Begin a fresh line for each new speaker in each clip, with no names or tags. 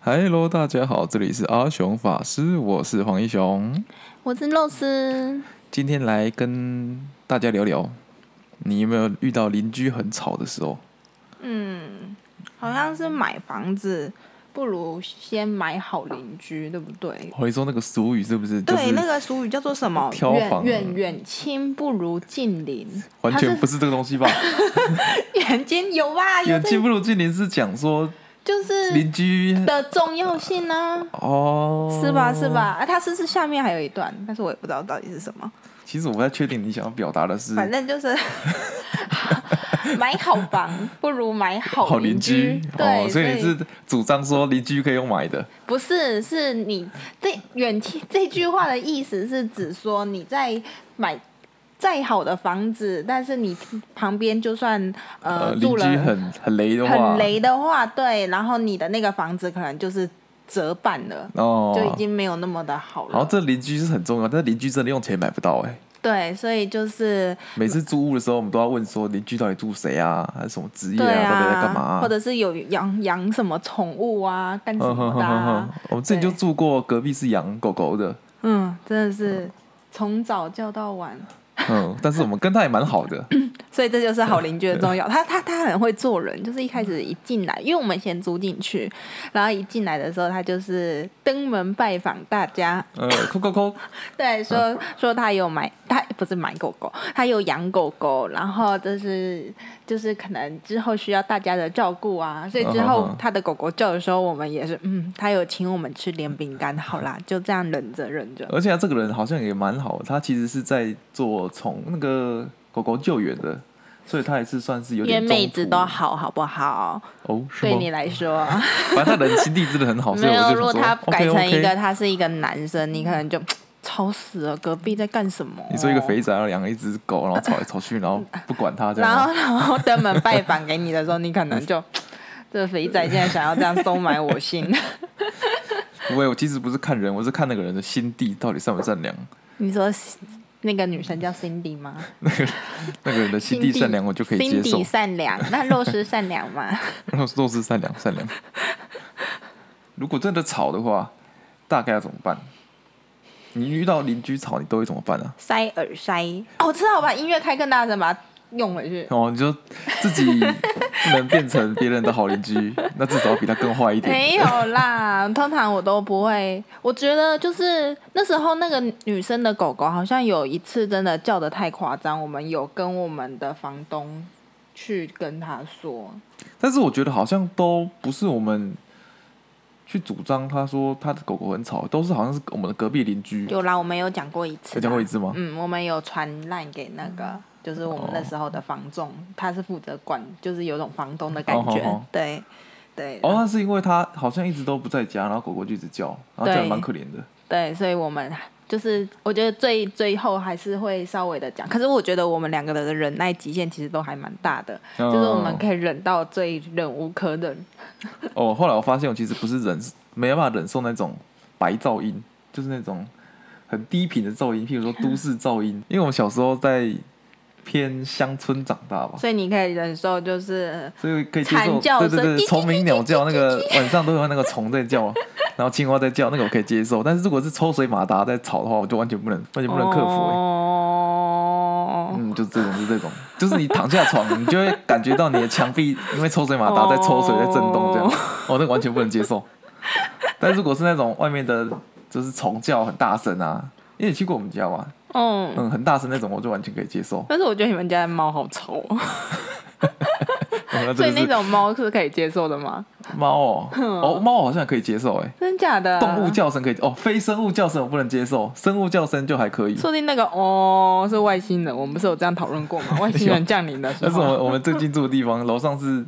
Hello，大家好，这里是阿雄法师，我是黄一雄，
我是肉丝。
今天来跟大家聊聊，你有没有遇到邻居很吵的时候？
嗯，好像是买房子不如先买好邻居，对不对？
我、哦、你说那个俗语是不是？
对，
就是
那个俗语叫做什么？
挑
远
房啊
远远亲不如近邻。
完全
它
不是这个东西 吧？
是远亲有吧？有
远
这
近不如近邻是讲说
就是
邻居
的重要性呢、
哦，
是吧？是吧？？啊，它是不是下面还有一段，但是我也不知道到底是什么。
其实我不太确定你想要表达的是
反正就是 买好房不如买好
好哦邻居，
对，
哦，所以你是主张说邻居可以用买的，
不是，是你这远期这句话的意思是指说你在买再好的房子，但是你旁边就算呃
邻
住
居
了
很很雷的话，
很雷的话，对，然后你的那个房子可能就是折半了，
哦，
就已经没有那么的好
然后
了。
这邻居是很重要，但是邻居真的用钱买不到哎、
对，所以就是
每次租屋的时候，我们都要问说邻居到底住谁啊，还是什么职业
对
啊，到底在干嘛、
或者是有养养什么宠物啊，干什
嗯
么
哼
的、
哼哼
啊
哼， 我们自己就
对
住过，隔壁是养狗狗的，
嗯，真的是从早叫到晚。
嗯，但是我们跟他也蛮好 的，
所以这就是好邻居的重要。他他他很会做人，就是一开始一进来，因为我们先租进去，然后一进来的时候，他就是登门拜访大家，啊
呃，扣扣扣，
对，说说他有买，他不是买狗狗，他有养狗狗，然后就是就是可能之后需要大家的照顾啊，所以之
嗯
后
哼哼
他的狗狗叫的时候，我们也是嗯，他有请我们吃莲饼干，好啦，就这样忍着忍着，
而且他这个人好像也蛮好的，他其实是在做宠那个狗狗救援的，所以他也是算是有
因为
点
妹
中
子
途
都好好不好？
哦，是
对
吗？
你来说。
反正他人心地真的很 好，哦所以
没
我就想
有，如
说
果他改
，OK
成一
OK，
个他是一个男生，你可能就吵死了，隔壁在干什么？啊
你说一个肥宅，然后养了一只狗，然后吵来吵去，然后不管他这样
然
吗，
后然后登门拜访给你的时候，你可能就这肥仔竟然想要这样收买我 心，
不会，我其实不是看人，我是看那个人的心地到底善不善良。
你说。那个女生叫 Cindy 吗？
那个那个人的心地善良，我就可以接受
Cindy。善良，那肉丝善良吗？
然后 都是善良，善良。如果真的吵的话，大概要怎么办？你遇到邻居吵，你都会怎么办啊？
塞耳塞。哦，我知道，我把音乐开更大声，把它用回去。
哦，你就自己不能变成别人的好邻居，那至少要比他更坏一 点。
没有啦，通常我都不会。我觉得就是那时候那个女生的狗狗，好像有一次真的叫的太夸张，我们有跟我们的房东去跟他说，
但是我觉得好像都不是我们去主张，他说他的狗狗很吵，都是好像是我们的隔壁邻居。
有啦，我们有讲过一次
有，讲过一次吗？
嗯，我们有传烂给那个。就是我们那时候的房仲，他是负责管，就是有种房东的感觉，
哦哦哦
对，对，
哦，那是因为他好像一直都不在家，然后狗狗就一直叫，然后
对
叫得蛮可怜的。
对，所以我们就是我觉得最最后还是会稍微的讲，可是我觉得我们两个人的忍耐极限其实都还蛮大的，
嗯
就是我们可以忍到最忍无可忍。
哦，后来我发现我其实不是忍，没办法忍受那种白噪音，就是那种很低频的噪音，譬如说都市噪音。因为我们小时候在偏乡村长大吧，
所以你可以忍受就是
所以可以接受
惨叫
对
声
对对，
叽叽叽叽叽叽
虫鸣鸟叫，那 个晚上都有那个虫在叫，然后青蛙在叫，那个我可以接受。但是如果是抽水马达在吵的话，我就完全不能，完全不能克服、欸。
哦。
嗯，就是这种，就是这种，就是你躺下床，你就会感觉到你的墙壁因为抽水马达在抽水，在震动这样。哦，那个完全不能接受。但如果是那种外面的，就是虫叫很大声啊，因为你去过我们家嘛，
嗯，
嗯，很大声那种，我就完全可以接受。
但是我觉得你们家的猫好丑哦，
嗯、那
所以
真的
那嗯
是
种猫是可以接受的吗？
猫哦，哦，猫好像可以接受哎、
真假的啊、
动物叫声可以哦，非生物叫声我不能接受，生物叫声就还可以。
说不定那个哦是外星人，我们不是有这样讨论 过吗？外星人降临的时
但是我
候，
们我们最近住的地方楼上是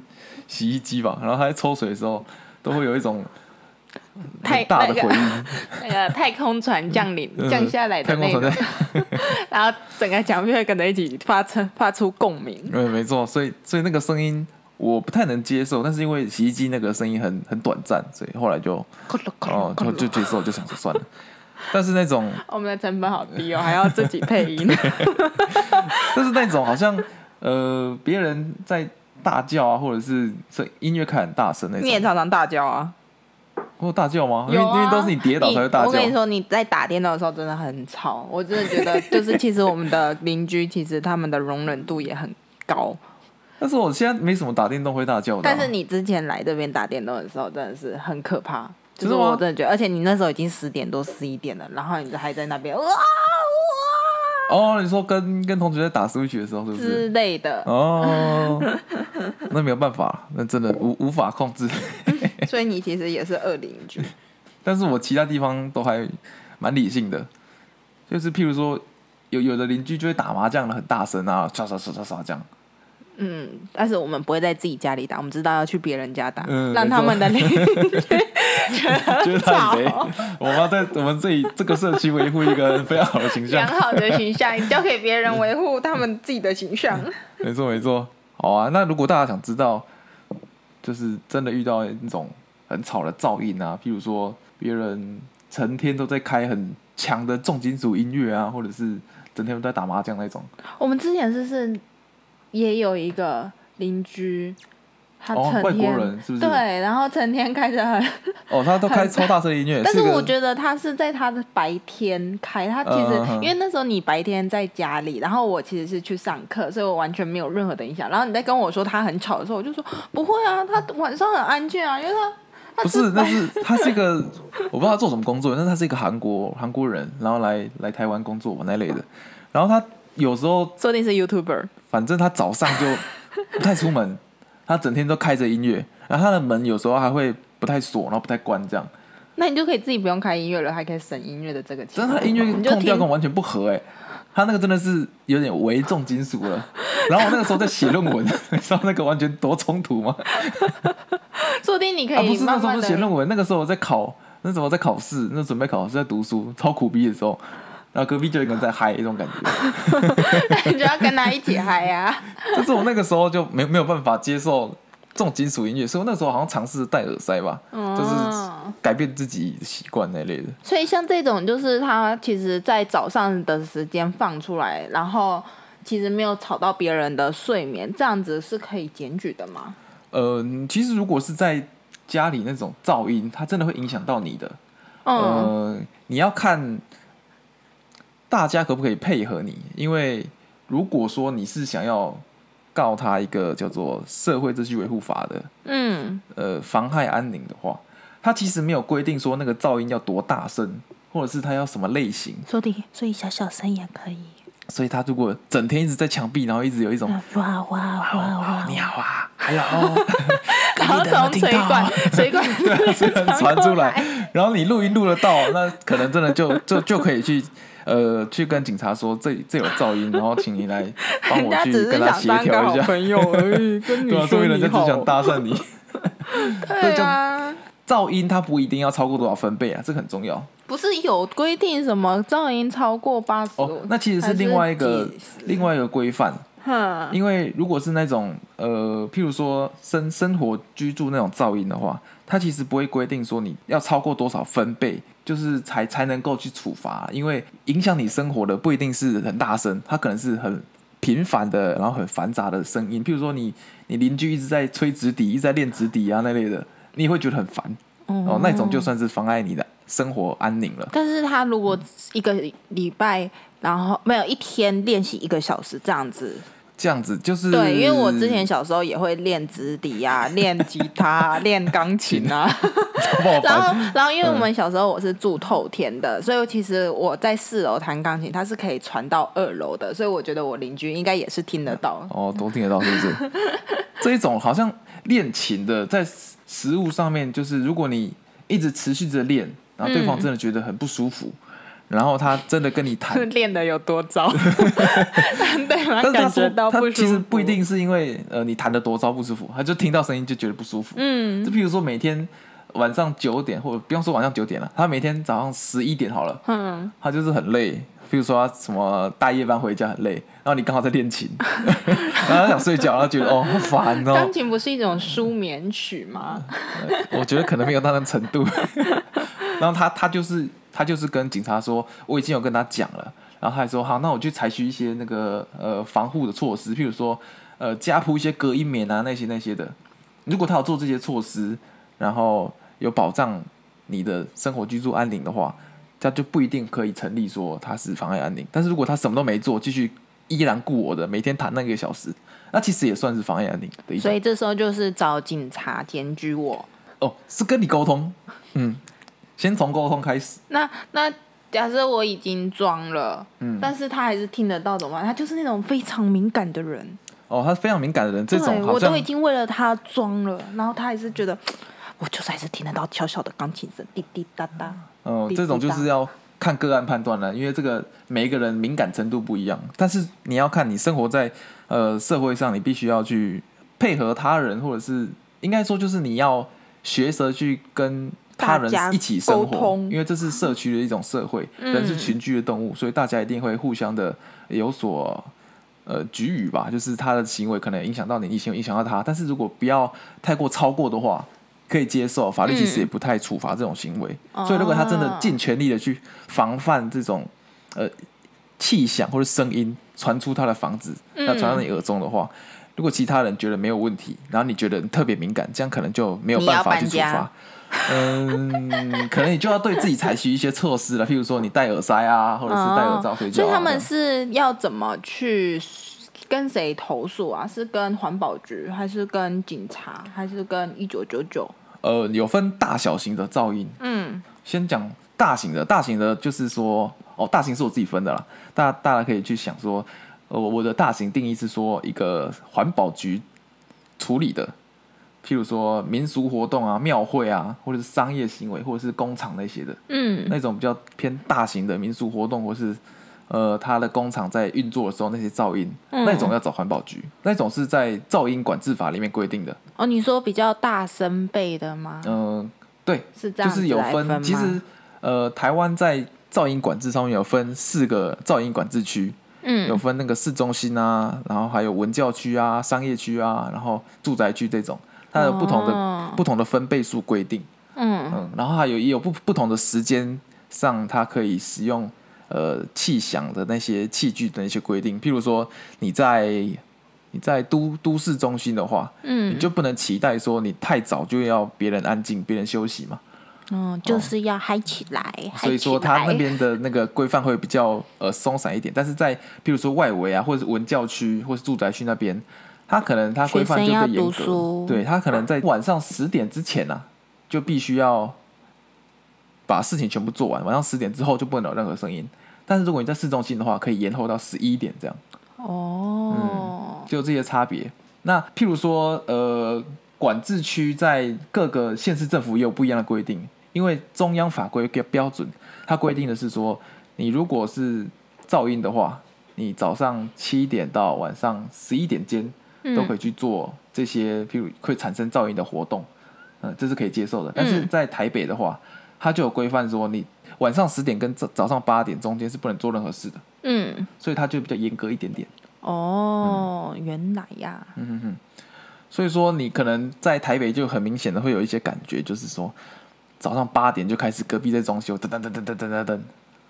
洗衣机吧，然后它在抽水的时候都会有一种
太
很大的
那个
回音。
那个太空船降临
嗯
降下来的那
太空
个
船，在，
然后整个墙壁会跟着一起发出发出共鸣。
嗯，没错，所以所以那个声音我不太能接受，但是因为洗衣机那个声音很很短暂，所以后来就 哦就就接受，就想说算了。但是那种，
我们的成本好低哦，还要自己配 音。
但是那种好像呃别人在大叫啊，或者是声音乐开很大声那
你也
种，
常常大叫啊？
我有大叫吗？因为
有啊
因为都是你跌倒才会大
我
叫啊
跟。你说，你在打电脑的时候真的很吵，我真的觉 得就是其实我们的邻居其实他们的容忍度也很高，
但是我现在没什么打电动会大叫的啊、
但是你之前来这边打电动的时候真的是很可怕。就
真
是
的吗
我真的觉得，而且你那时候已经十点多、十一点了，然后你还在那边哇哇
哦，你说跟跟同学在打 Switch 的时候是不是？
之类的，
哦，那没有办法，那真的无无法控制。
所以你其实也是恶邻 居。
但是我其他地方都还蛮理性的，就是譬如说，有有的邻居就会打麻将的很大声啊，唰唰唰唰唰这 样。
嗯，但是我们不会在自己家里打，我们知道要去别人家打，
嗯
让
没错
他们的 邻居
觉得他
觉得
很贼
很吵。，
我们要在我们这里这个社区维护一个非常好的形
良
象。
好的形象，你交给别人维护他们自己的形象。
没错没错，好啊。那如果大家想知道，就是真的遇到那种很吵的噪音啊，譬如说别人成天都在开很强的重金属音乐啊，或者是整天都在打麻将那种，
我们之前是不是也有一个邻居，他
哦
成天、
外国人是不是
对，然后成天 开着很，
哦，他都开超大声的音乐，
但是
个
我觉得他是在他的白天开，他其实、
嗯嗯嗯
因为那时候你白天在家里，然后我其实是去上课，所以我完全没有任何的影响。然后你在跟我说他很吵的时候，我就说不会啊，他晚上很安静啊，因为他。他
不是，
白
那是他是一个，我不知道他做什么工作，但是他是一个韩国韩国人，然后来来台湾工作嘛那类的。然后他有时候，
说不定是 YouTuber，
反正他早上就不太出门，他整天都开着音乐，然后他的门有时候还会不太锁，然后不太关这样。
那你就可以自己不用开音乐了，还可以省音乐的这个钱
但。是他的音乐
你就
痛调
听
跟我完全不合哎、他那个真的是有点为重金属了。然后我那个时候在写论文， 你知道那个完全多冲突吗？
说不定你可
啊，不
以
是那
慢
时候
慢
不
的。
是写论文，那个时候我在考，那时候我在考试，那准备考试在读书，超苦逼的时候，然后隔壁就有一个人在嗨，一种感 觉。
你就要跟他一起嗨啊呀、
就是我那个时候就没没有办法接受这种金属音乐，所以我那时候好像尝试戴耳塞吧，就是
嗯，
改变自己习惯那类的。
所以像这种就是他其实在早上的时间放出来，然后其实没有吵到别人的睡眠，这样子是可以检举的吗？
呃，其实如果是在家里那种噪音，它真的会影响到你的。
嗯，
呃，你要看大家可不可以配合你，因为如果说你是想要告他一个叫做《社会秩序维护法》的
嗯，
呃妨害安宁的话，它其实没有规定说那个噪音要多大声，或者是它要什么类型，
说的所以小小声也可以。
所以他如果整天一直在墙壁，然后一直有一种
哇哇哇
哦你好啊，hello，
然后从水管水管
虽然 传出来，然后你录音录得到，那可能真的就 就就可以去呃去跟警察说这这有噪音，然后请你来帮
人
我
家
去
只是
跟他
想
协
当个
调
好
一下。
朋友而已，跟你
对啊，说
说
明人
你
家只
好，
想搭讪你。
对啊。
噪音它不一定要超过多少分贝啊，这个很重要。
不是有规定什么噪音超过八十
哦，那其实是另外一个另外一个规范，
哼，
因为如果是那种呃，譬如说生生活居住那种噪音的话，它其实不会规定说你要超过多少分贝，就是才才能够去处罚，因为影响你生活的不一定是很大声，它可能是很。频繁的，然后很繁杂的声音，譬如说你你邻居一直在吹直笛，一直在练直笛啊那类的，你也会觉得很烦哦那种就算是妨碍你的生活安宁了。
但是他如果一个礼拜，然后没有一天练习一个小时这样子，
这样子就是
对，因为我 之前小时候也会练直笛啊，练吉他啊、练钢 琴啊，
爆
然后
烦，嗯
然后因为我们小时候我是住透天的，所以其实我在四楼弹钢琴，它是可以传到二楼的，所以我觉得我邻居应该也是听得到。
哦，都听得到是不 是？这一种好像练琴的，在食食物上面，就是如果你一直持续着练，然后对方真的觉得很不舒服，然后他真的跟你谈
是， 练的有多 糟，对吗？
但是他
感
说
觉到
他
不舒服
其实不一，定是因为呃你弹的多糟不舒服，他就听到声音就觉得不舒服。
嗯，
就譬如说每天晚上九点，或者不用说晚上九点了，他每天早上十一点好了，
嗯，
他就是很累。譬如说他什么大夜班回家很累，然后你刚好在练 琴，然后他想睡觉，然后觉得哦好烦哦。
钢琴不是一种舒眠曲吗？
我觉得可能没有到那程度。 然后他他就是他就是跟警察说，我已经有跟他讲了，然后他还说好，那我去采取一些那个呃防护的措施，譬如说呃加铺一些隔音棉啊那些那些的。如果他有做这些措施，然后有保障你的生活居住安宁的话，它就不一定可以成立说它是妨碍安宁。但是如果他什么都没做，继续依然顾我的，每天谈那个小时，那其实也算是妨碍安宁的一
所
种。
以这时候就是找警察检举我。
哦，是跟你沟通，嗯，先从沟通开始。
那那假设我已经装了，
嗯
但是他还是听得到怎么办？他就是那种非常敏感的人，
哦，他非常敏感的人，这
对
种好
我都
像
已经为了他装了，然后他还是觉得我就是还是听得到小小的钢琴声滴滴答答。
嗯，
比
这种
不
就
大
是要看个案判断了，因为这个每一个人敏感程度不一样。但是你要看你生活在呃社会上，你必须要去配合他人，或者是应该说就是你要学着去跟他人
大家
一起生
沟
活，
通
因为这是社区的一种社会，人是
嗯
群居的动物，所以大家一定会互相的有所。呃，局语吧，就是他的行为可能影响到你，你行为影响到他，但是如果不要太过超过的话，可以接受。法律其实也不太处罚这种行为，
嗯哦
所以如果他真的尽全力的去防范这种呃气响或者声音传出他的房子，
嗯
那传到你耳中的话，如果其他人觉得没有问题，然后你觉得你特别敏感，这样可能就没有办法去处
你要搬
罚
家。
嗯，可能你就要对自己采取一些措施了，譬如说你戴耳塞啊，或者是戴耳罩睡觉、啊
哦所以他
这
们
样
是要怎么去跟谁投诉啊？是跟环保局，还是跟警察，还是跟一九九九？
呃有分大小型的噪音，
嗯，
先讲大型的，大型的就是说，哦，大型是我自己分的啦，大大家可以去想说，呃，我的大型定义是说一个环保局处理的，譬如说民俗活动啊、庙会啊，或者是商业行为，或者是工厂那些的，
嗯，
那种比较偏大型的民俗活动，或是呃它的工厂在运作的时候那些噪音，
嗯
那种要找环保局，那种是在噪音管制法里面规定的，
哦，你说比较大声辈的吗？
嗯、对，
是
就
这样子
是有
来
分，
分
其
吗
实呃，台湾在噪音管制上面有分四个噪音管制区，有
嗯
分那个市中心啊，然后还有文教区啊、商业区啊，然后住宅区这种，它有不同的、
哦
不同的分贝数规定，
嗯
嗯，然后还有也有不不同的时间上，它可以使用呃气响的那些器具的那些规定，譬如说你在你在都都市中心的话，
嗯，
你就不能期待说你太早就要别人安静、别人休息嘛。
嗯就是要嗨起来，
哦所以说他
他
那 边的那个规范会比较呃松散一点，但是在譬如说外围啊，或者是文教区或是住宅区那边，他可能他规范就
学生要
更严
读
格
书，
对他可能在晚上十点之前啊，就必须要把事情全部做完，晚上十点之后就不能有任何声音。但是如果你在市中心的话，可以延后到十一点这样。
哦，
就有这些差别。那譬如说，呃，管制区在各个县市政府也有不一样的规定，因为中央法规标标准，它规定的是说，你如果是噪音的话，你早上七点到晚上十一点间都可以去做这些，譬如会产生噪音的活动，嗯、这是可以接受的。但是在台北的话，它就有规范说，你晚上十点跟早早上八点中间是不能做任何事的，
嗯，
所以它就比较严格一点点。
哦，原来呀，
嗯哼哼，所以说你可能在台北就很明显的会有一些感觉，就是说早上八点就开始隔壁在装修，噔噔噔噔噔噔噔噔。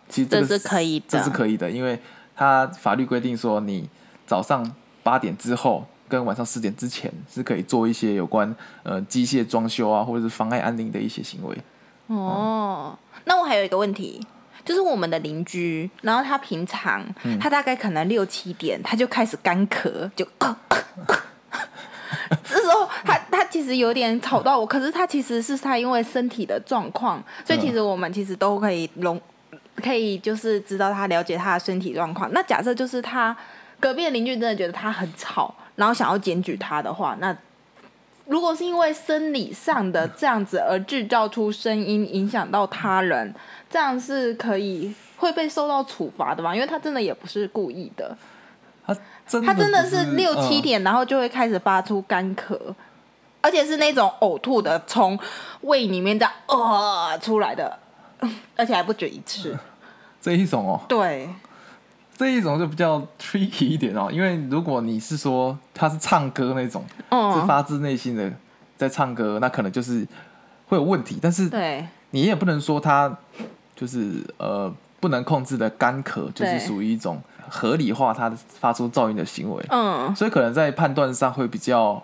其实这个
这是可以的
这是可以的，因为它法律规定说你早上八点之后跟晚上十点之前是可以做一些有关呃机械装修啊，或者是妨碍安宁的一些行为。
哦，那我还有一个问题，就是我们的邻居，然后他平常、他大概可能六七点他就开始干咳，就咳咳咳。这时候他他其实有点吵到我，可是他其实是他因为身体的状况，所以其实我们其实都可以容，可以就是知道他了解他的身体状况。那假设就是他隔壁的邻居真的觉得他很吵，然后想要检举他的话，那如果是因为生理上的这样子而制造出声音影响到他人，这样是可以会被受到处罚的吧？因为他真的也不是故意的，
他真的
他真的
不嗯呃
是六七、点，然后就会开始发出干咳，而且是那种呕吐的，从胃里面这样呃出来的，而且还不止一次。
嗯这一种哦，
对，
这一种就比较 tricky 一点哦，因为如果你是说他是唱歌那种，是
嗯，
发自内心的在唱歌，那可能就是会有问题。但是
对，
你也不能说他就是呃不能控制的干咳，就是
对
属于一种合理化他发出噪音的行为。
嗯
所以可能在判断上会比较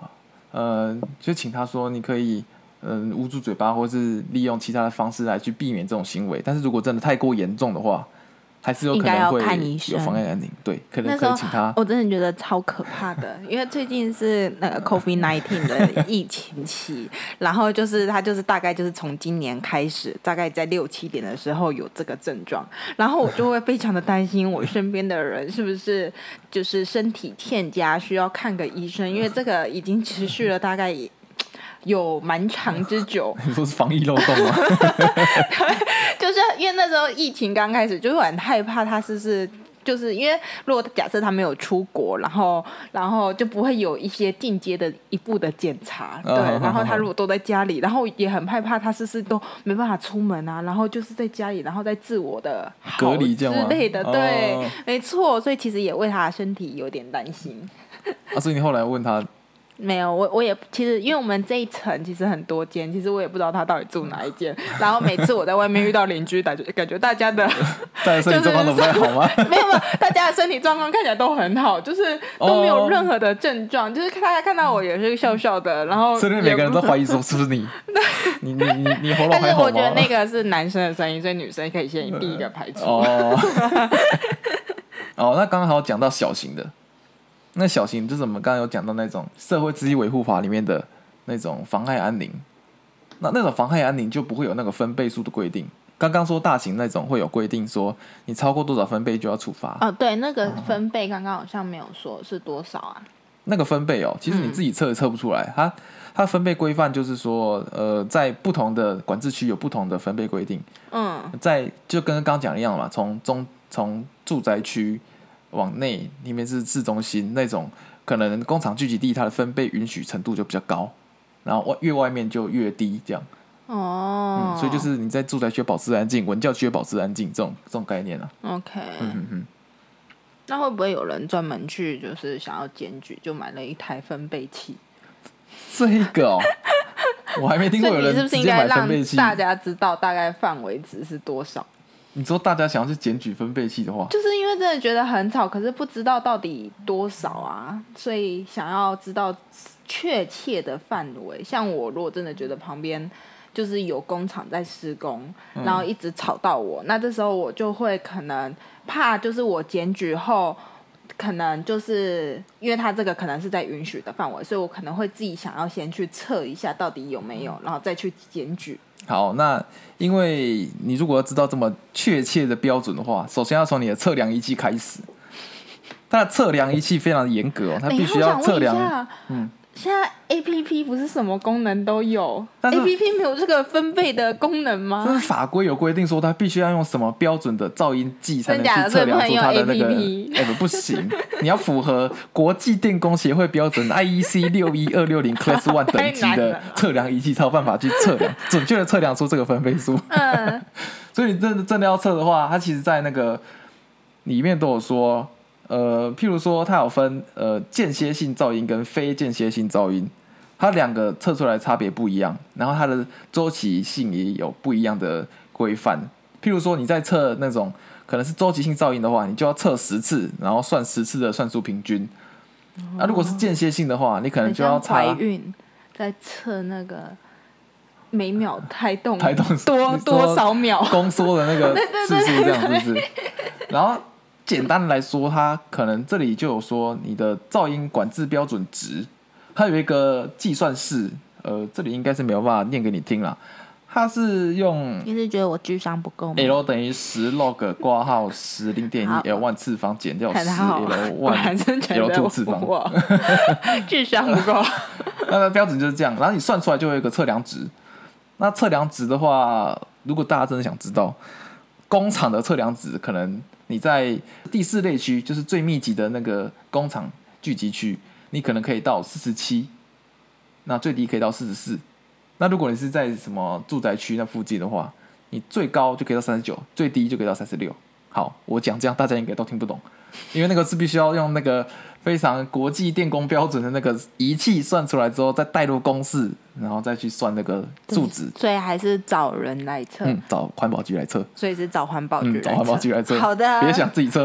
呃，就请他说你可以嗯捂住嘴巴，或是利用其他的方式来去避免这种行为。但是如果真的太过严重的话，还是有可
应该
能
要
会
看医生
有妨碍安宁。对，可能
那
可
时
以
候
请他。
我真的觉得超可怕的，因为最近是那个 COVID nineteen 的疫情期，然后就是他就是大概就是从今年开始，大概在六七点的时候有这个症状，然后我就会非常的担心我身边的人是不是就是身体欠佳，需要看个医生，因为这个已经持续了大概有蛮长之久，
你说是防疫漏洞吗？
就是因为那时候疫情刚开始，就会很害怕他是不是。就是因为，如果假设他没有出国，然后，然后就不会有一些进阶的一步的检查，对。
哦好好
然后
好
他如果都在家里，然后也很害怕他是不是都没办法出门啊，然后就是在家里，然后再自我的
隔
好
离这样吗
之类的，
哦
对，没错。所以其实也为他的身体有点担心。
啊，所以你后来问他，
没有，我我也其实因为我们这一层其实很多间，其实我也不知道他到底住哪一间。然后每次我在外面遇到邻居，感觉感觉大家的
大家身体状况都不太好吗？
没有没有，大家的身体状况看起来都很好，就是都没有任何的症状就是大家看到我也是笑笑的，然后
哦嗯所以
也
每个人
不
都怀疑说是不是你？你你你你喉咙
但
还
是
好吗啊
我？觉得那个是男生的声音，所以女生可以先第一个排除。
哦，哦，那刚好讲到小型的，那小型就是我们刚刚有讲到那种社会秩序维护法里面的那种妨害安宁，那那种妨害安宁就不会有那个分贝数的规定。刚刚说大型那种会有规定说，你超过多少分贝就要处罚。
哦，对，那个分贝刚刚好像没有说是多少啊？
那个分贝哦，其实
嗯
你自己测也测不出来。它它分贝规范就是说，呃，在不同的管制区有不同的分贝规定。
嗯，
在就跟刚刚讲的一样嘛，从中从住宅区往内，里面是市中心那种，可能工厂聚集地它的分贝允许程度就比较高，然后外越外面就越低这样。
哦，
嗯，所以就是你在住宅区保持安静，文教区保持安静这种这种概念啊。
OK。
嗯嗯，
那会不会有人专门去就是想要检举，就买了一台分贝器？
这个 哦，我还没听
所
过
以
有
你是不
人
是
直
应
接
该
买分
让
贝器。
大家知道大概范围值是多少？
你说大家想要去检举分贝器的话，
就是因为真的觉得很吵，可是不知道到底多少啊，所以想要知道确切的范围。像我如果真的觉得旁边就是有工厂在施工，然后一直吵到我，那这时候我就会可能怕，就是我检举后。可能就是因为它这个可能是在允许的范围，所以我可能会自己想要先去测一下到底有没有，然后再去检举。
好，那因为你如果要知道这么确切的标准的话，首先要从你的测量仪器开始。它的测量仪器非常严格哦，它
哎
必须
我
要
想
测
问一
量。
下，
嗯
现在 A P P 不是什么功能都有
但是
，A P P 没有这个分贝的功能
但
吗？
是法规有规定说，它必须要用什么标准的噪音计才能
真假的
去测量
所以
出
不
它
能
的
用
那个
APP
哎，不行，你要符合国际电工协会标准 IEC 六一二六零 Class One 等级
太难
的
了
测量仪器，才有办法去测量，准确的测量出这个分贝数。
嗯，
所以你真的真的要测的话，它其实在那个里面都有说，呃，譬如说它有分呃间歇性噪音跟非间歇性噪音，它两个测出来差别不一样，然后它的周期性也有不一样的规范。譬如说你在测那种可能是周期性噪音的话，你就要测十次，然后算十次的算术平均。那、如果是间歇性的话，你可能
很
就要
像
差
怀孕在测那个每秒胎动
胎动
多
你说
多少秒，
宫缩的那个
对
次
对
数，
对
这样是不是？然后简单来说，它可能这里就有说你的噪音管制标准值，它有一个计算式，呃，这里应该是没有办法念给你听啦。它是用
你是觉得我智商不够吗？
L 等于十 log 挂号十零点
好
一 L 万次方减掉
很
十
好
L，
我还
万
是觉
L
得
two
我
次方，
我 智商不够。
那个标准就是这样，然后你算出来就会有一个测量值。那测量值的话，如果大家真的想知道，工厂的测量值可能你在第四类区，就是最密集的那个工厂聚集区，你可能可以到四十七，那最低可以到四十四。那如果你是在什么住宅区那附近的话，你最高就可以到三十九，最低就可以到三十六。好，我讲这样大家应该都听不懂，因为那个是必须要用那个非常国际电工标准的那个仪器算出来之后，再带入公式，然后再去算那个数值。
所以还是找人来测，
嗯，找环保局来测。
所以是找环保局来
嗯，
测。
找环保局来测。
好的，
别 想自己测。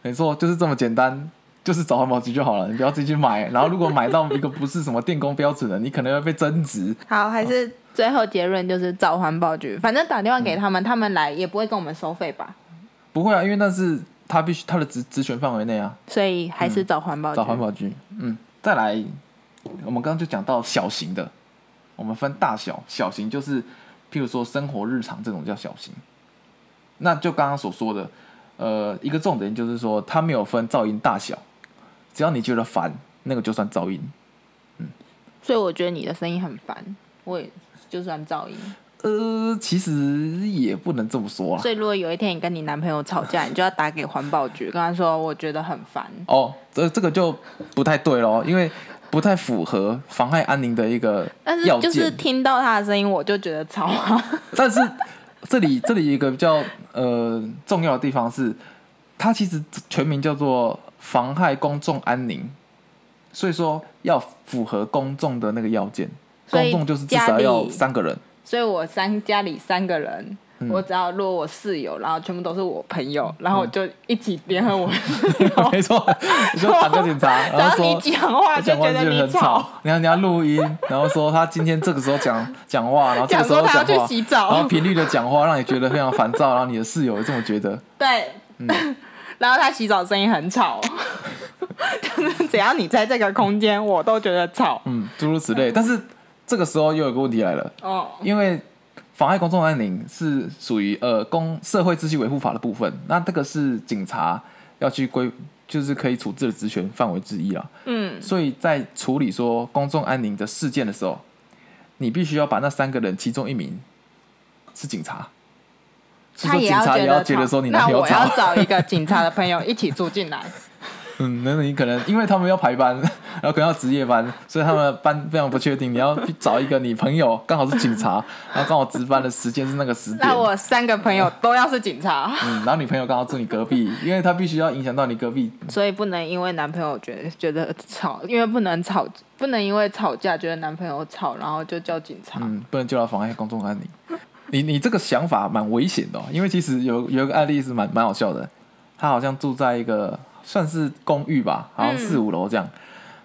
没错，就是这么简单。就是找环保局就好了，你不要自己去买。然后如果买到一个不是什么电工标准的，你可能会被增值。
好，还是最后结论就是找环保局，反正打电话给他们，他们来也不会跟我们收费吧，
不会啊，因为那是他必须他的职职权范围内啊，
所以还是找环保局。
找环保局。嗯，再来，我们刚刚就讲到小型的，我们分大小，小型就是譬如说生活日常这种叫小型。那就刚刚所说的，呃，一个重点就是说它没有分噪音大小，只要你觉得烦，那个就算噪音。
所以我觉得你的声音很烦，我也就算噪音。
呃，其实也不能这么说啦。
所以如果有一天你跟你男朋友吵架，你就要打给环保局，跟他说我觉得很烦。
哦，这这个就不太对咯，因为不太符合妨害安宁的一个
但是
要件。
就是听到他的声音，我就觉得吵 啊。
但是这里这里一个比较呃重要的地方是，它其实全名叫做妨害公众安宁，所以说要符合公众的那个要件。
所
公
以
众就是至少
家
要
里
三个嗯人，
所以我三家里三个人，我只要如果我室友，然后全部都是我朋友，然
嗯
后我就一起联合我室友
没错，你就打个警察，
只
然
要
后
你
说
讲话
他
就
讲话
觉
就
得你
很吵，，然后你要录音，然后说他今天这个时候讲讲话，然后这个时候
讲说
讲
他要
话
去洗，澡
然后频率的讲话让你觉得非常烦躁，然后你的室友也这么觉得。
对，嗯 然后他洗澡声音很吵， 就是只要你在这个空间，我都觉得吵。
嗯，诸如此类。但是这个时候又有个问题来了，
哦，
因为妨碍公众安宁是属于呃公社会秩序维护法的部分，那这个是警察要去规，就是可以处置的职权范围之一啦。
嗯，
所以在处理说公众安宁的事件的时候，你必须要把那三个人其中一名是警察，是
他
说
也
警察也要觉
觉得
得
吵
说你男
那
朋友
我要
吵，
找一个警察的朋友一起住进 来。
嗯，那你可能因为他们要排班，然后可能要值夜班，所以他们的班非常不确定。你要去找一个你朋友刚好是警察，然后刚好值班的时间是那个时点
那，我三个朋友都要是警察，
嗯，然后女朋友刚好住你隔壁， 因为她必须要影响到你隔壁，
所以不能因为男朋友觉得觉得吵，因为不能吵，不能因为吵架觉得男朋友吵，然后就叫警察。
嗯，不能就要妨碍公众安宁。你你这个想法蛮危险的、哦，因为其实有有一个案例是蛮蛮好笑的，他好像住在一个算是公寓吧，好
嗯
像四五楼这样，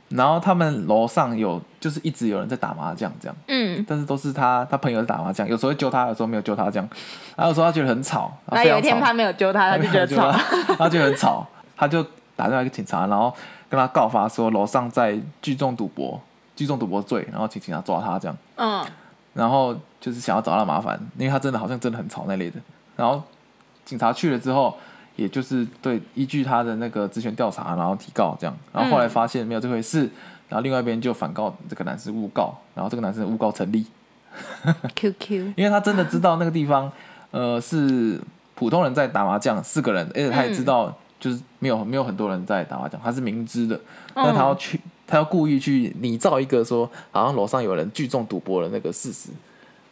然后他们楼上有就是一直有人在打麻将这样。
嗯，
但是都是他他朋友在打麻将，有时候会揪他，有时候没有揪他这样。然后有时候他觉得很吵，然
那
后非
哎有一
常
天
吵
他没有揪他，
他
他就觉得
就
吵。
他就很吵，他就打电话给警察，然后跟他告发说楼上在聚众赌博，聚众赌博罪，然后请警察抓他这样，
嗯，
然后就是想要找他麻烦，因为他真的好像真的很吵那类的。然后警察去了之后，也就是对依据他的那个职权调查，然后提告这样，然后后
嗯
来发现没有这回事，然后另外一边就反告这个男生诬告，然后这个男生诬告成立。
QQ，
因为他真的知道那个地方，呃，是普通人在打麻将，四个人，而且他也知道，就是没有没有很多人在打麻将，他是明知的，但他要去，他要故意去拟造一个说，好像楼上有人聚众赌博的那个事实，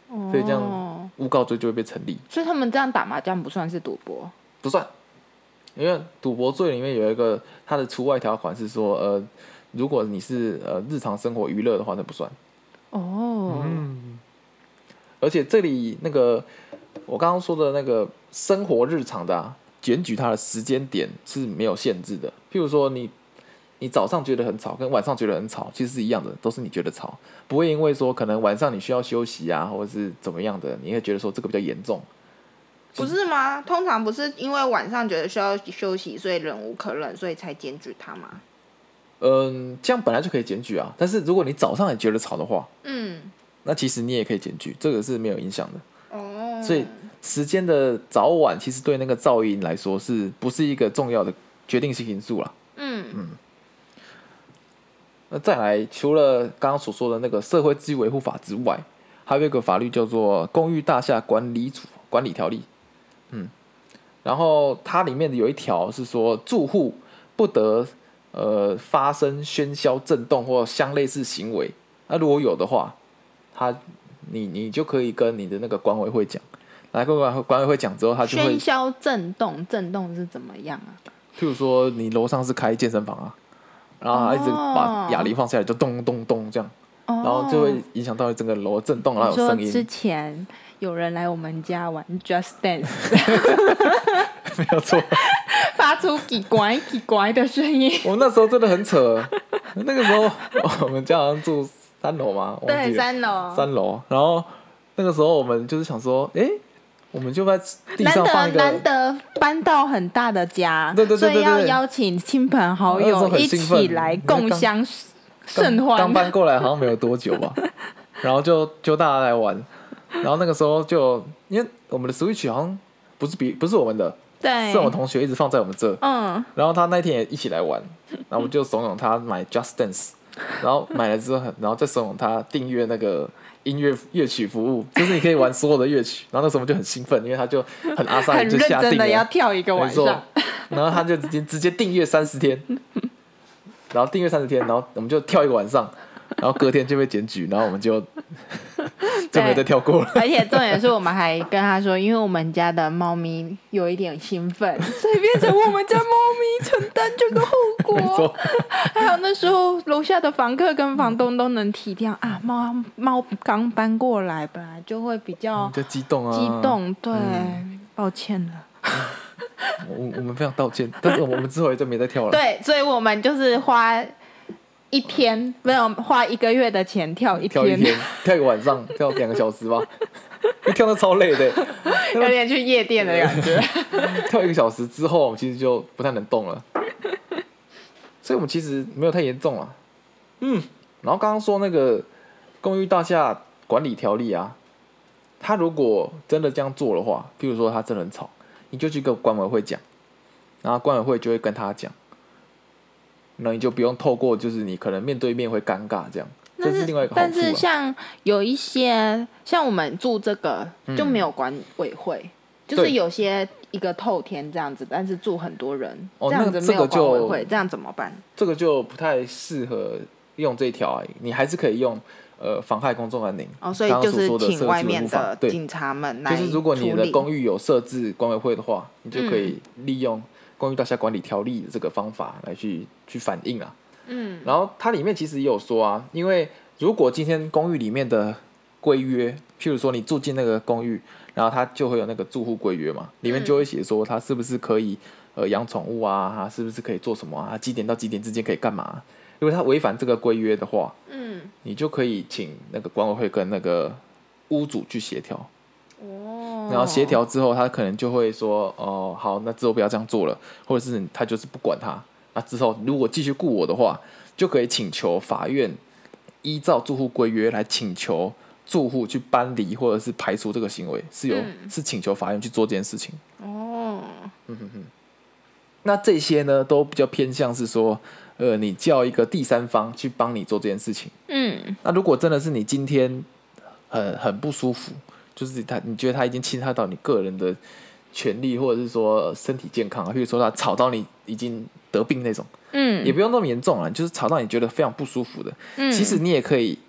所以这样
哦
诬告罪就会被成立，
所以他们这样打麻将不算是赌博。
不算，因为赌博罪里面有一个它的除外条款是说，呃，如果你是呃日常生活娱乐的话，那不算。
哦，
嗯而且这里那个我刚刚说的那个生活日常的、啊、检举，它的时间点是没有限制的。譬如说你你早上觉得很吵，跟晚上觉得很吵，其实是一样的，都是你觉得吵，不会因为说可能晚上你需要休息啊，或者是怎么样的，你会觉得说这个比较严重。
不是吗？通常不是因为晚上觉得需要休息，所以忍无可忍，所以才检举他吗？
嗯，这样本来就可以检举啊，但是如果你早上也觉得吵的话，
嗯，
那其实你也可以检举，这个是没有影响的。
哦，
所以时间的早晚其实对那个噪音来说是不是一个重要的决定性因素啊啦？
嗯，
那再来，除了刚刚所说的那个社会秩序维护法之外，还有一个法律叫做《公寓大厦管理处管理条例》。嗯，然后它里面有一条是说，住户不得呃发生喧嚣、震动或相类似行为。那如果有的话，他你你就可以跟你的那个管委会讲，来跟管管委会讲之后，他就会
喧，嚣震动，震动是怎么样啊？
譬如说你楼上是开健身房啊，然后他一直把
哦
哑铃放下来，就咚咚咚这样。
哦，
然后就会影响到整个楼的震动，然后有
说
声
之
音，
前 有人来我们家玩 Just Dance，
没有错，
发发出叽拐叽拐的声音。
我那时候真的很扯，那个时候我们家好像住三楼嘛，我忘
对，
记了
三楼，
三楼，然后那个时候我们就是想说，诶，我们就在地
难
上放
得
一个
难。得搬到很大的家，
对对对对对
所以要邀请亲朋好
那时候
友
很
一
兴奋
起来共襄
刚
盛
刚
欢。
搬过来好像没有多久吧，然后就就大家来玩，然后那个时候就因为我们的 Switch 好像不是比不是我们的，
对，
是我同学一直放在我们这，
嗯，
然后他那天也一起来玩，然后我就怂恿他买 Just Dance，然后买了之后，然后再怂恿他订阅那个音乐乐曲服务，就是你可以玩所有的乐曲， 然后那时候我们就很兴奋，因为他就很阿萨
很
就
认
下
真
定
的要
了，
跳一个
没
晚
错
上。，
然后他就直接直接订阅三十天，然后订阅三十天，然后我们就跳一个晚上，然后隔天就被检举，然后我们 就就没有再跳过了。
而且重点是我们还跟他说，因为我们家的猫咪有一点兴奋，所以变成我们家猫咪承担这个后
没
果。
错，
还有那时候楼下的房客跟房东都能体谅
嗯
啊，猫猫刚搬过来，本来就会比较
就激动啊，嗯
激。动，对，抱歉了。
我我们非常道歉，但是我们我们之后也就没再跳了。
对，所以我们就是花一天，没有花一个月的钱跳一
跳一
天，
天，跳一个晚上，跳两个小时吧，跳的超累的，
有点去夜店的感觉。
跳一个小时之后，我们其实就不太能动了，所以我们其实没有太严重了。嗯，然后刚刚说那个《公寓大厦管理条例》啊，他如果真的这样做的话，譬如说他真的很吵，你就去跟管委会讲，然后管委会就会跟他讲，那你就不用透过就是你可能面对面会尴尬这样， 这
但
是另外一个好处、啊。
但是像有一些像我们住这个就没有管委会，就是
嗯对
有些一个透天这样子，但是住很多人，
哦
这样
那
子
这
没有
个
管委
就
会，这样怎么办？
这个就不太适合用这一条啊，你还是可以用呃妨害公众安宁。
哦，所以
刚
就
刚所
是
说的
请
设
外
置
面
文物法
的
对
警察们来
就是如果你
处
的
理嗯
公寓有设置管委会的话，你就可以利用《公寓大厦管理条例》这个方法来去去反映啊。
嗯，
然后它里面其实也有说啊，因为如果今天公寓里面的规约，譬如说你住进那个公寓，然后它就会有那个住户规约嘛，里面就会写说它是不是可以呃养宠物啊，它是不是可以做什么啊，几点到几点之间可以干嘛、啊如果它违反这个规约的话，
嗯
你就可以请那个管委会跟那个屋主去协调。
哦，
然后协调之后，他可能就会说，哦，好，那之后不要这样做了，或者是他就是不管他。那之后如果继续雇我的话，就可以请求法院依照住户规约来请求住户去搬离或者是排除这个行为，是有、
嗯
是请求法院去做这件事情。
哦，
那这些呢，都比较偏向是说，呃，你叫一个第三方去帮你做这件事情。
嗯
那如果真的是你今天很很不舒服，就是他你觉得他已经侵害到你个人的权利，或者是说呃身体健康啊，比如说他吵到你已经得病那种，
嗯，
也不用那么严重啊，就是吵到你觉得非常不舒服的，
嗯
其实你也可以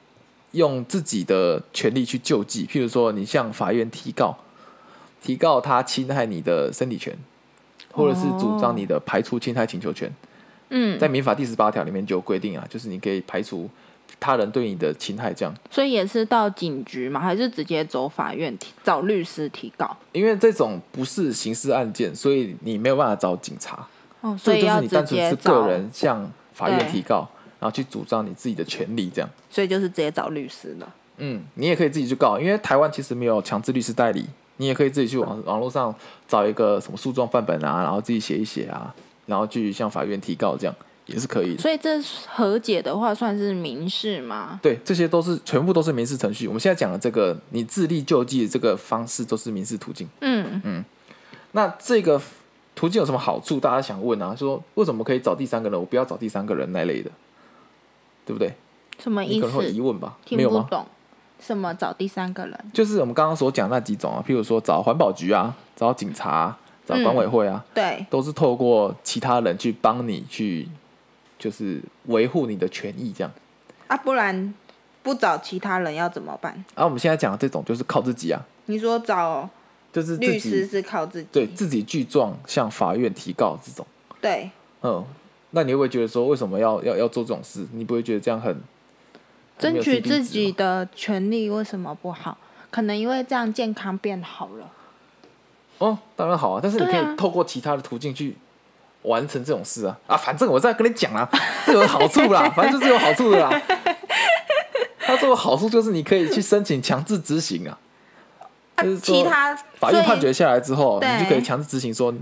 用自己的权利去救济，譬如说你向法院提告，提告他侵害你的身体权，或者是主张你的排除侵害请求权。
哦嗯，
在民法第十八条里面就有规定啊，就是你可以排除他人对你的侵害，这样，
所以也是到警局嘛，还是直接走法院提找律师提告？
因为这种不是刑事案件，所以你没有办法找警察，
哦，所
这就
以
是
要
你
直
单纯
接
是
找，
个人向法
对
院提告，然后去主张你自己的权利，这样。
所以就是直接找律师了。
嗯，你也可以自己去告，因为台湾其实没有强制律师代理，你也可以自己去网网络上找一个什么诉状范本啊，然后自己写一写啊，然后去向法院提告，这样也是可以的。
所以这和解的话算是民事吗？
对，这些都是全部都是民事程序。我们现在讲的这个，你自力救济的这个方式都是民事途径。
嗯
那这个途径有什么好处？大家想问啊，说为什么可以找第三个人，我不要找第三个人那类的，对不对？
什么
你
意
可能会有疑
思？
问吧？没
听
有
不
吗？
懂。什么找第三个人？
就是我们刚刚所讲那几种啊，譬如说找环保局啊，找警察啊、找管委会啊，
对，
都是透过其他人去帮你去，就是维护你的权益这样。
啊，不然不找其他人要怎么办？
啊而、我们现在讲的这种就是靠自己啊，
你说找
就是自
律师
己
是靠自己，
对自己具状向法院提告这种。
对
嗯，那你会不会觉得说为什么要要要做这种事？你不会觉得这样很很没
争
有
取
CP
自
值
己
吗
的权利为什么不好？可能因为这样健康变好了。
哦？当然好啊，但是你可
对啊
以透过其他的途径去完成这种事啊啊！反正我在跟你讲啦，这有好处 啦，反正就是有好处的啦。他说好处就是你可以去申请强制执行啊，
啊
就是说
其他
法院
所以
判决下来之后，
对
你就可以强制执行说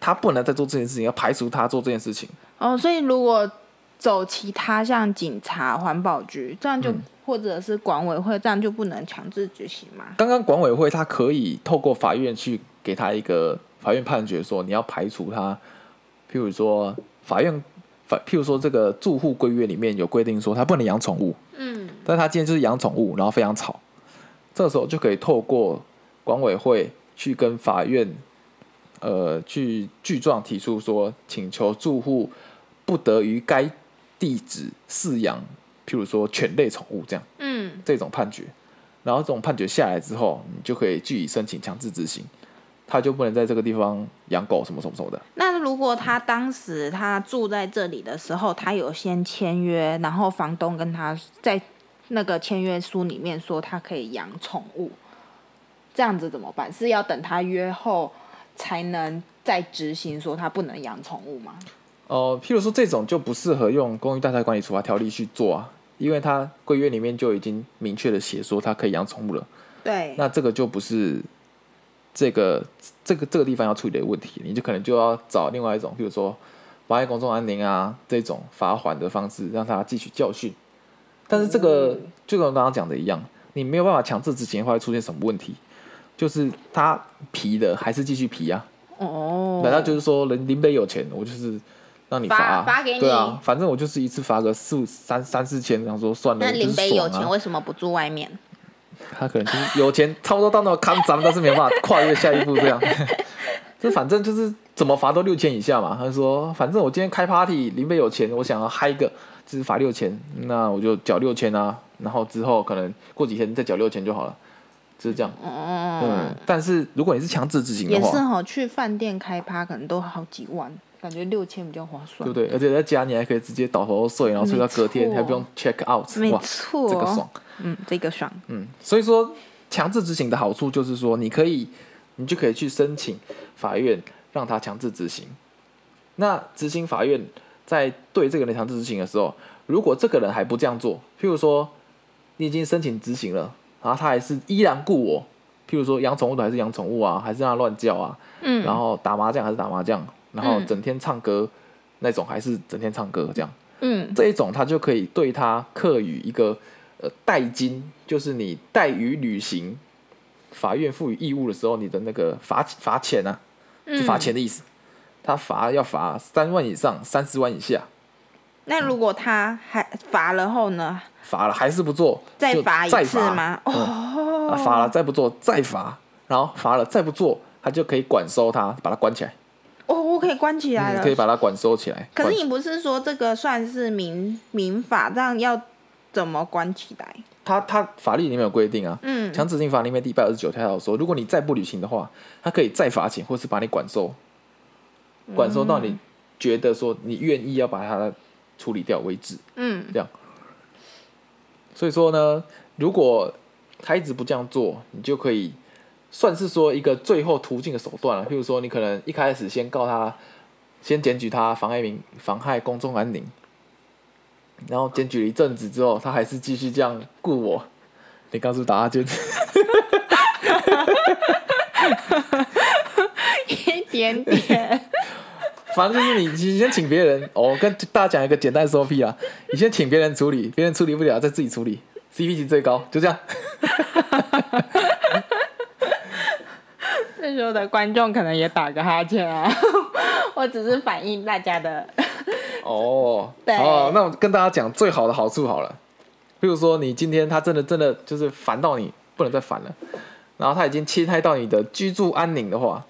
他不能再做这件事情，要排除他做这件事情。
哦，所以如果走其他像警察、环保局这样就，或者是管委会这样就不能强制执行嘛？
刚刚管委会他可以透过法院去给他一个法院判决，说你要排除他，譬如说法院法，譬如说这个住户规约里面有规定说他不能养宠物，
嗯，
但他今天就是养宠物，然后非常吵，这时候就可以透过管委会去跟法院，呃，去具状提出说，请求住户不得于该地址饲养，譬如说犬类宠物这样。
嗯，
这种判决，然后这种判决下来之后，你就可以据以申请强制执行，他就不能在这个地方养狗什么什么什么的。
那如果他当时他住在这里的时候，他有先签约，然后房东跟他在那个签约书里面说他可以养宠物，这样子怎么办？是要等他约后才能再执行说他不能养宠物吗？
哦、譬如说这种就不适合用《公寓大厦管理处罚条例》去做啊，因为它规约里面就已经明确的写说它可以养宠物了，
对，
那这个就不是这个这个这个地方要处理的问题，你就可能就要找另外一种，譬如说妨碍公众安宁啊这种罚款的方式，让他汲取教训。但是这个
嗯
就跟我刚刚讲的一样，你没有办法强制执行的话，会出现什么问题？就是他皮的还是继续皮啊？
哦，
难道就是说人林北有钱，我就是让你罚、啊、
罚罚给你
对啊，反正我就是一次罚个四五三三四千，然后说算了，
那
我就是
林北
爽
有
啊
钱，为什么不住外面？
他可能就是有钱，差不多到那个康咱但是没办法跨越下一步 这样。就反正就是怎么罚都六千以下嘛。他说，反正我今天开 party，林北有钱，我想要嗨个，就是罚六千，那我就缴六千啊，然后之后可能过几天再缴六千就好了，就是这样。
哦、
嗯，但是如果你是强制执行
也
的
是
话，
哈、去饭店开趴可能都好几万，感觉六千比较划
对不
算。
对？而且在家你还可以直接倒头睡，然后睡到隔天，
没错
还不用 check out，
没
哇，
错，
这个爽。
嗯，这个爽，
嗯，所以说强制执行的好处就是说，你可以，你就可以去申请法院让他强制执行。那执行法院在对这个人强制执行的时候，如果这个人还不这样做，譬如说你已经申请执行了，然后他还是依然故我，譬如说养宠物的还是养宠物啊，还是让他乱叫啊，
嗯，
然后打麻将还是打麻将，然后
嗯
整天唱歌那种还是整天唱歌这样。
嗯，
这一种他就可以对他课予一个呃代金，就是你代予履行法院赋予义务的时候，你的那个罚罚钱啊，
嗯
就罚钱的意思。他罚要罚三万以上，三十万以下，
那如果他还罚了后呢，
罚了还是不做，
再
就
罚
罚
一次？吗？哦，
啊，罚了再不做，再罚，然后罚了再不做，他就可以管收他，把他关起来，
哦，我可以关起来
嗯
了。
可以把他管收起来。
可
管
是你不是说这个算是民民法，这样要怎么关起来？
他他法律里面有规定啊，
嗯
强制执行法里面第一百二十九条有说，如果你再不履行的话，他可以再罚钱，或是把你管收，管收到你觉得说你愿意要把它处理掉为止。
嗯
这样，所以说呢，如果他一直不这样做，你就可以算是说一个最后途径的手段了。譬如说，你可能一开始先告他，先检举他妨碍民妨害公众安宁，然后检举了一阵子之后，他还是继续这样雇我。你刚是不是打哈欠？
一点 点，
反正就是你，你先请别人。哦，我跟大家讲一个简单的 SOP 啊，你先请别人处理，别人处理不了再自己处理，CP 值最高，就这样。
这时候的观众可能也打个哈欠啊， 我只是反映大家的，
哦，
对
哦，那我跟大家讲最好的好处好了，比如说你今天他真的真的就是烦到你不能再烦了，然后他已经侵害到你的居住安宁的话，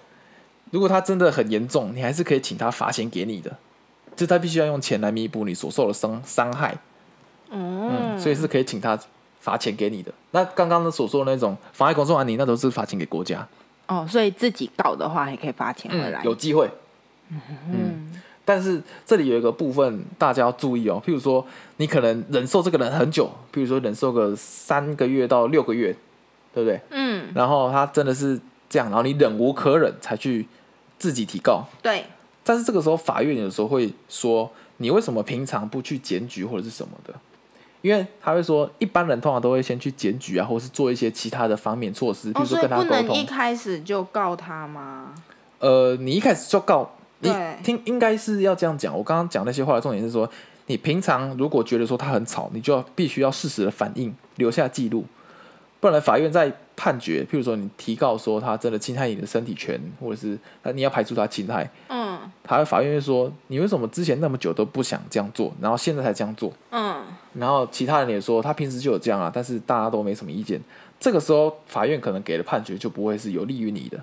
如果他真的很严重，你还是可以请他罚钱给你的，就他必须要用钱来弥补你所受的伤伤害，嗯，所以是可以请他罚钱给你的。那刚刚所说的那种妨碍公众安宁，那都是罚钱给国家，
哦，所以自己告的话还可以罚钱回来。
嗯有机会。嗯，但是这里有一个部分大家要注意哦，譬如说你可能忍受这个人很久，譬如说忍受个三个月到六个月，对不对？
嗯，
然后他真的是这样，然后你忍无可忍才去自己提告，
对，
但是这个时候法院有时候会说，你为什么平常不去检举或者是什么的？因为他会说，一般人通常都会先去检举啊，或是做一些其他的方面措施，比
哦，
如说
所以
跟他沟
不能
通。
一开始就告他吗？
呃，你一开始就告你
对
听，应该是要这样讲。我刚刚讲那些话的重点是说，你平常如果觉得说他很吵，你就要必须要适时的反应，留下记录，不然法院在判决，譬如说你提告说他真的侵害你的身体权，或者是呃你要排除他侵害，
嗯
他法院会说你为什么之前那么久都不想这样做，然后现在才这样做，
嗯，
然后其他人也说他平时就有这样啊，但是大家都没什么意见。这个时候，法院可能给的判决就不会是有利于你的。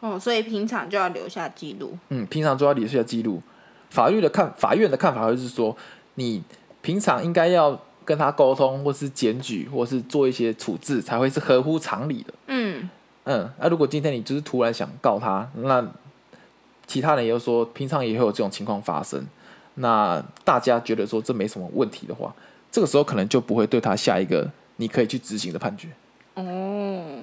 哦，所以平常就要留下记录。
嗯，平常就要留下记录。法律的看，法院的看法就是说，你平常应该要跟他沟通，或是检举，或是做一些处置，才会是合乎常理的。
嗯，
嗯，那、如果今天你就是突然想告他，那其他人也有说，平常也会有这种情况发生。那大家觉得说这没什么问题的话，这个时候可能就不会对他下一个你可以去执行的判决。
哦，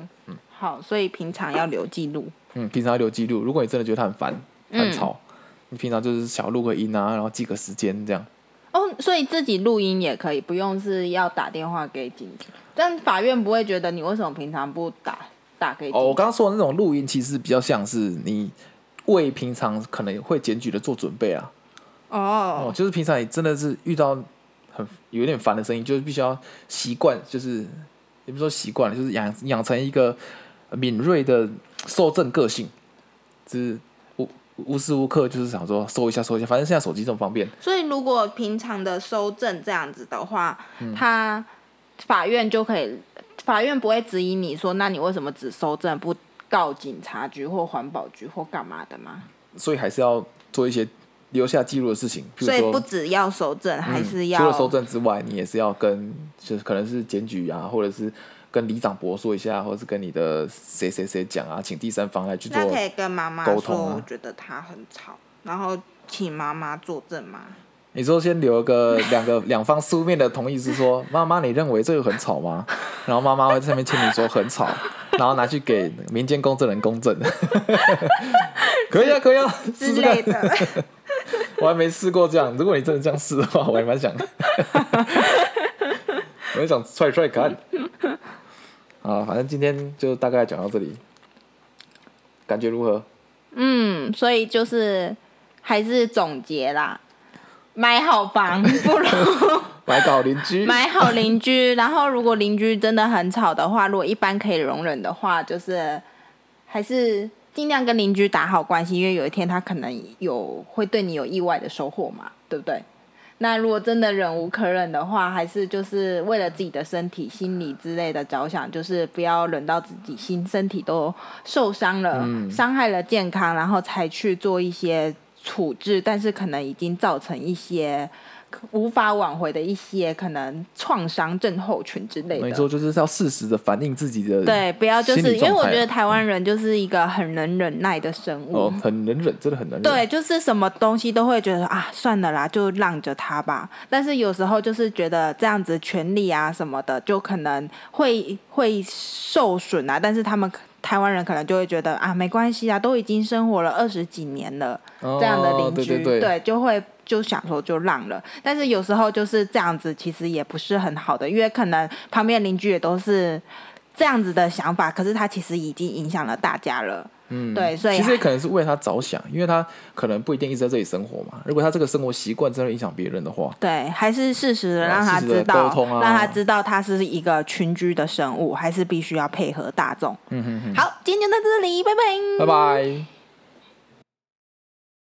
好，所以平常要留记录。
嗯，平常要留记录。如果你真的觉得他很烦、很
嗯
吵，你平常就是小录个音啊，然后记个时间这样。
哦，所以自己录音也可以，不用是要打电话给警局。但法院不会觉得你为什么平常不打打给警
哦，我刚刚说的那种录音，其实比较像是你为平常可能会检举的做准备啊。哦，
哦，
就是平常你真的是遇到很有点烦的声音，就是必须要习惯，就是也不是说习惯了，就是养养成一个敏锐的受震个性，就是无无时无刻就是想说搜一下搜一下，反正现在手机这么方便，
所以如果平常的收证这样子的话，
嗯
他法院就可以，法院不会质疑你说，那你为什么只收证不告警察局或环保局或干嘛的吗？
所以还是要做一些留下记录的事情，比如
所以
说嗯
不只要收证，还是要、
除了收证之外，你也是要跟就是可能是检举啊，或者是跟里长伯说一下，或者是跟你的谁谁谁讲啊，请第三方来去做
那。可以跟妈妈
沟
说，
通啊
我觉得她很吵，然后请妈妈作证吗？
你说先留 个两个两方书面的同意书说，妈妈你认为这个很吵 吗？然后妈妈会在上面签名说很吵，然后拿去给民间公证人公证。 可以啊，可以啊，
之
试试看
类。的。
我还没试过这样，如果你真的这样试的话，我还 蛮想，我也想踹踹看。啊，反正今天就大概讲到这里，感觉如何？
嗯，所以就是还是总结啦，买好 房不如
来搞邻居，
买好邻居，然后如果邻居真的很吵的话，如果一般可以容忍的话，就是还是尽量跟邻居打好关系，因为有一天他可能有会对你有意外的收获嘛，对不对？那如果真的忍无可忍的话，还是就是为了自己的身体、心理之类的着想，就是不要忍到自己心身体都受伤了、
嗯
伤害了健康，然后才去做一些处置，但是可能已经造成一些无法挽回的一些可能创伤症候群之类的。
没错，就是要适时的反映自己的
对，不要就
心
是
理
因为
状
我
态啊
觉得台湾人就是一个很能忍耐的生物，
哦，很能忍，真的很能忍。
对，就是什么东西都会觉得啊，算了啦，就让着他吧。但是有时候就是觉得这样子权利啊什么的，就可能会会受损啊。但是他们台湾人可能就会觉得啊，没关系啊，都已经生活了二十几年了，
哦，
这样的邻居，
对对对，
就会就想说就让了。但是有时候就是这样子，其实也不是很好的，因为可能旁边的邻居也都是这样子的想法，可是他其实已经影响了大家了。嗯，对，所以
其实也可能是为他着想，因为他可能不一定一直在这里生活嘛。如果他这个生活习惯真的影响别人的话，
对，还是适时的
啊
让他
适时地
知道，
沟通啊
让他知道他是一个群
嗯
居的生物，还是必须要配合大众。嗯哼哼。好，今天就到这里，拜
拜
拜。
拜。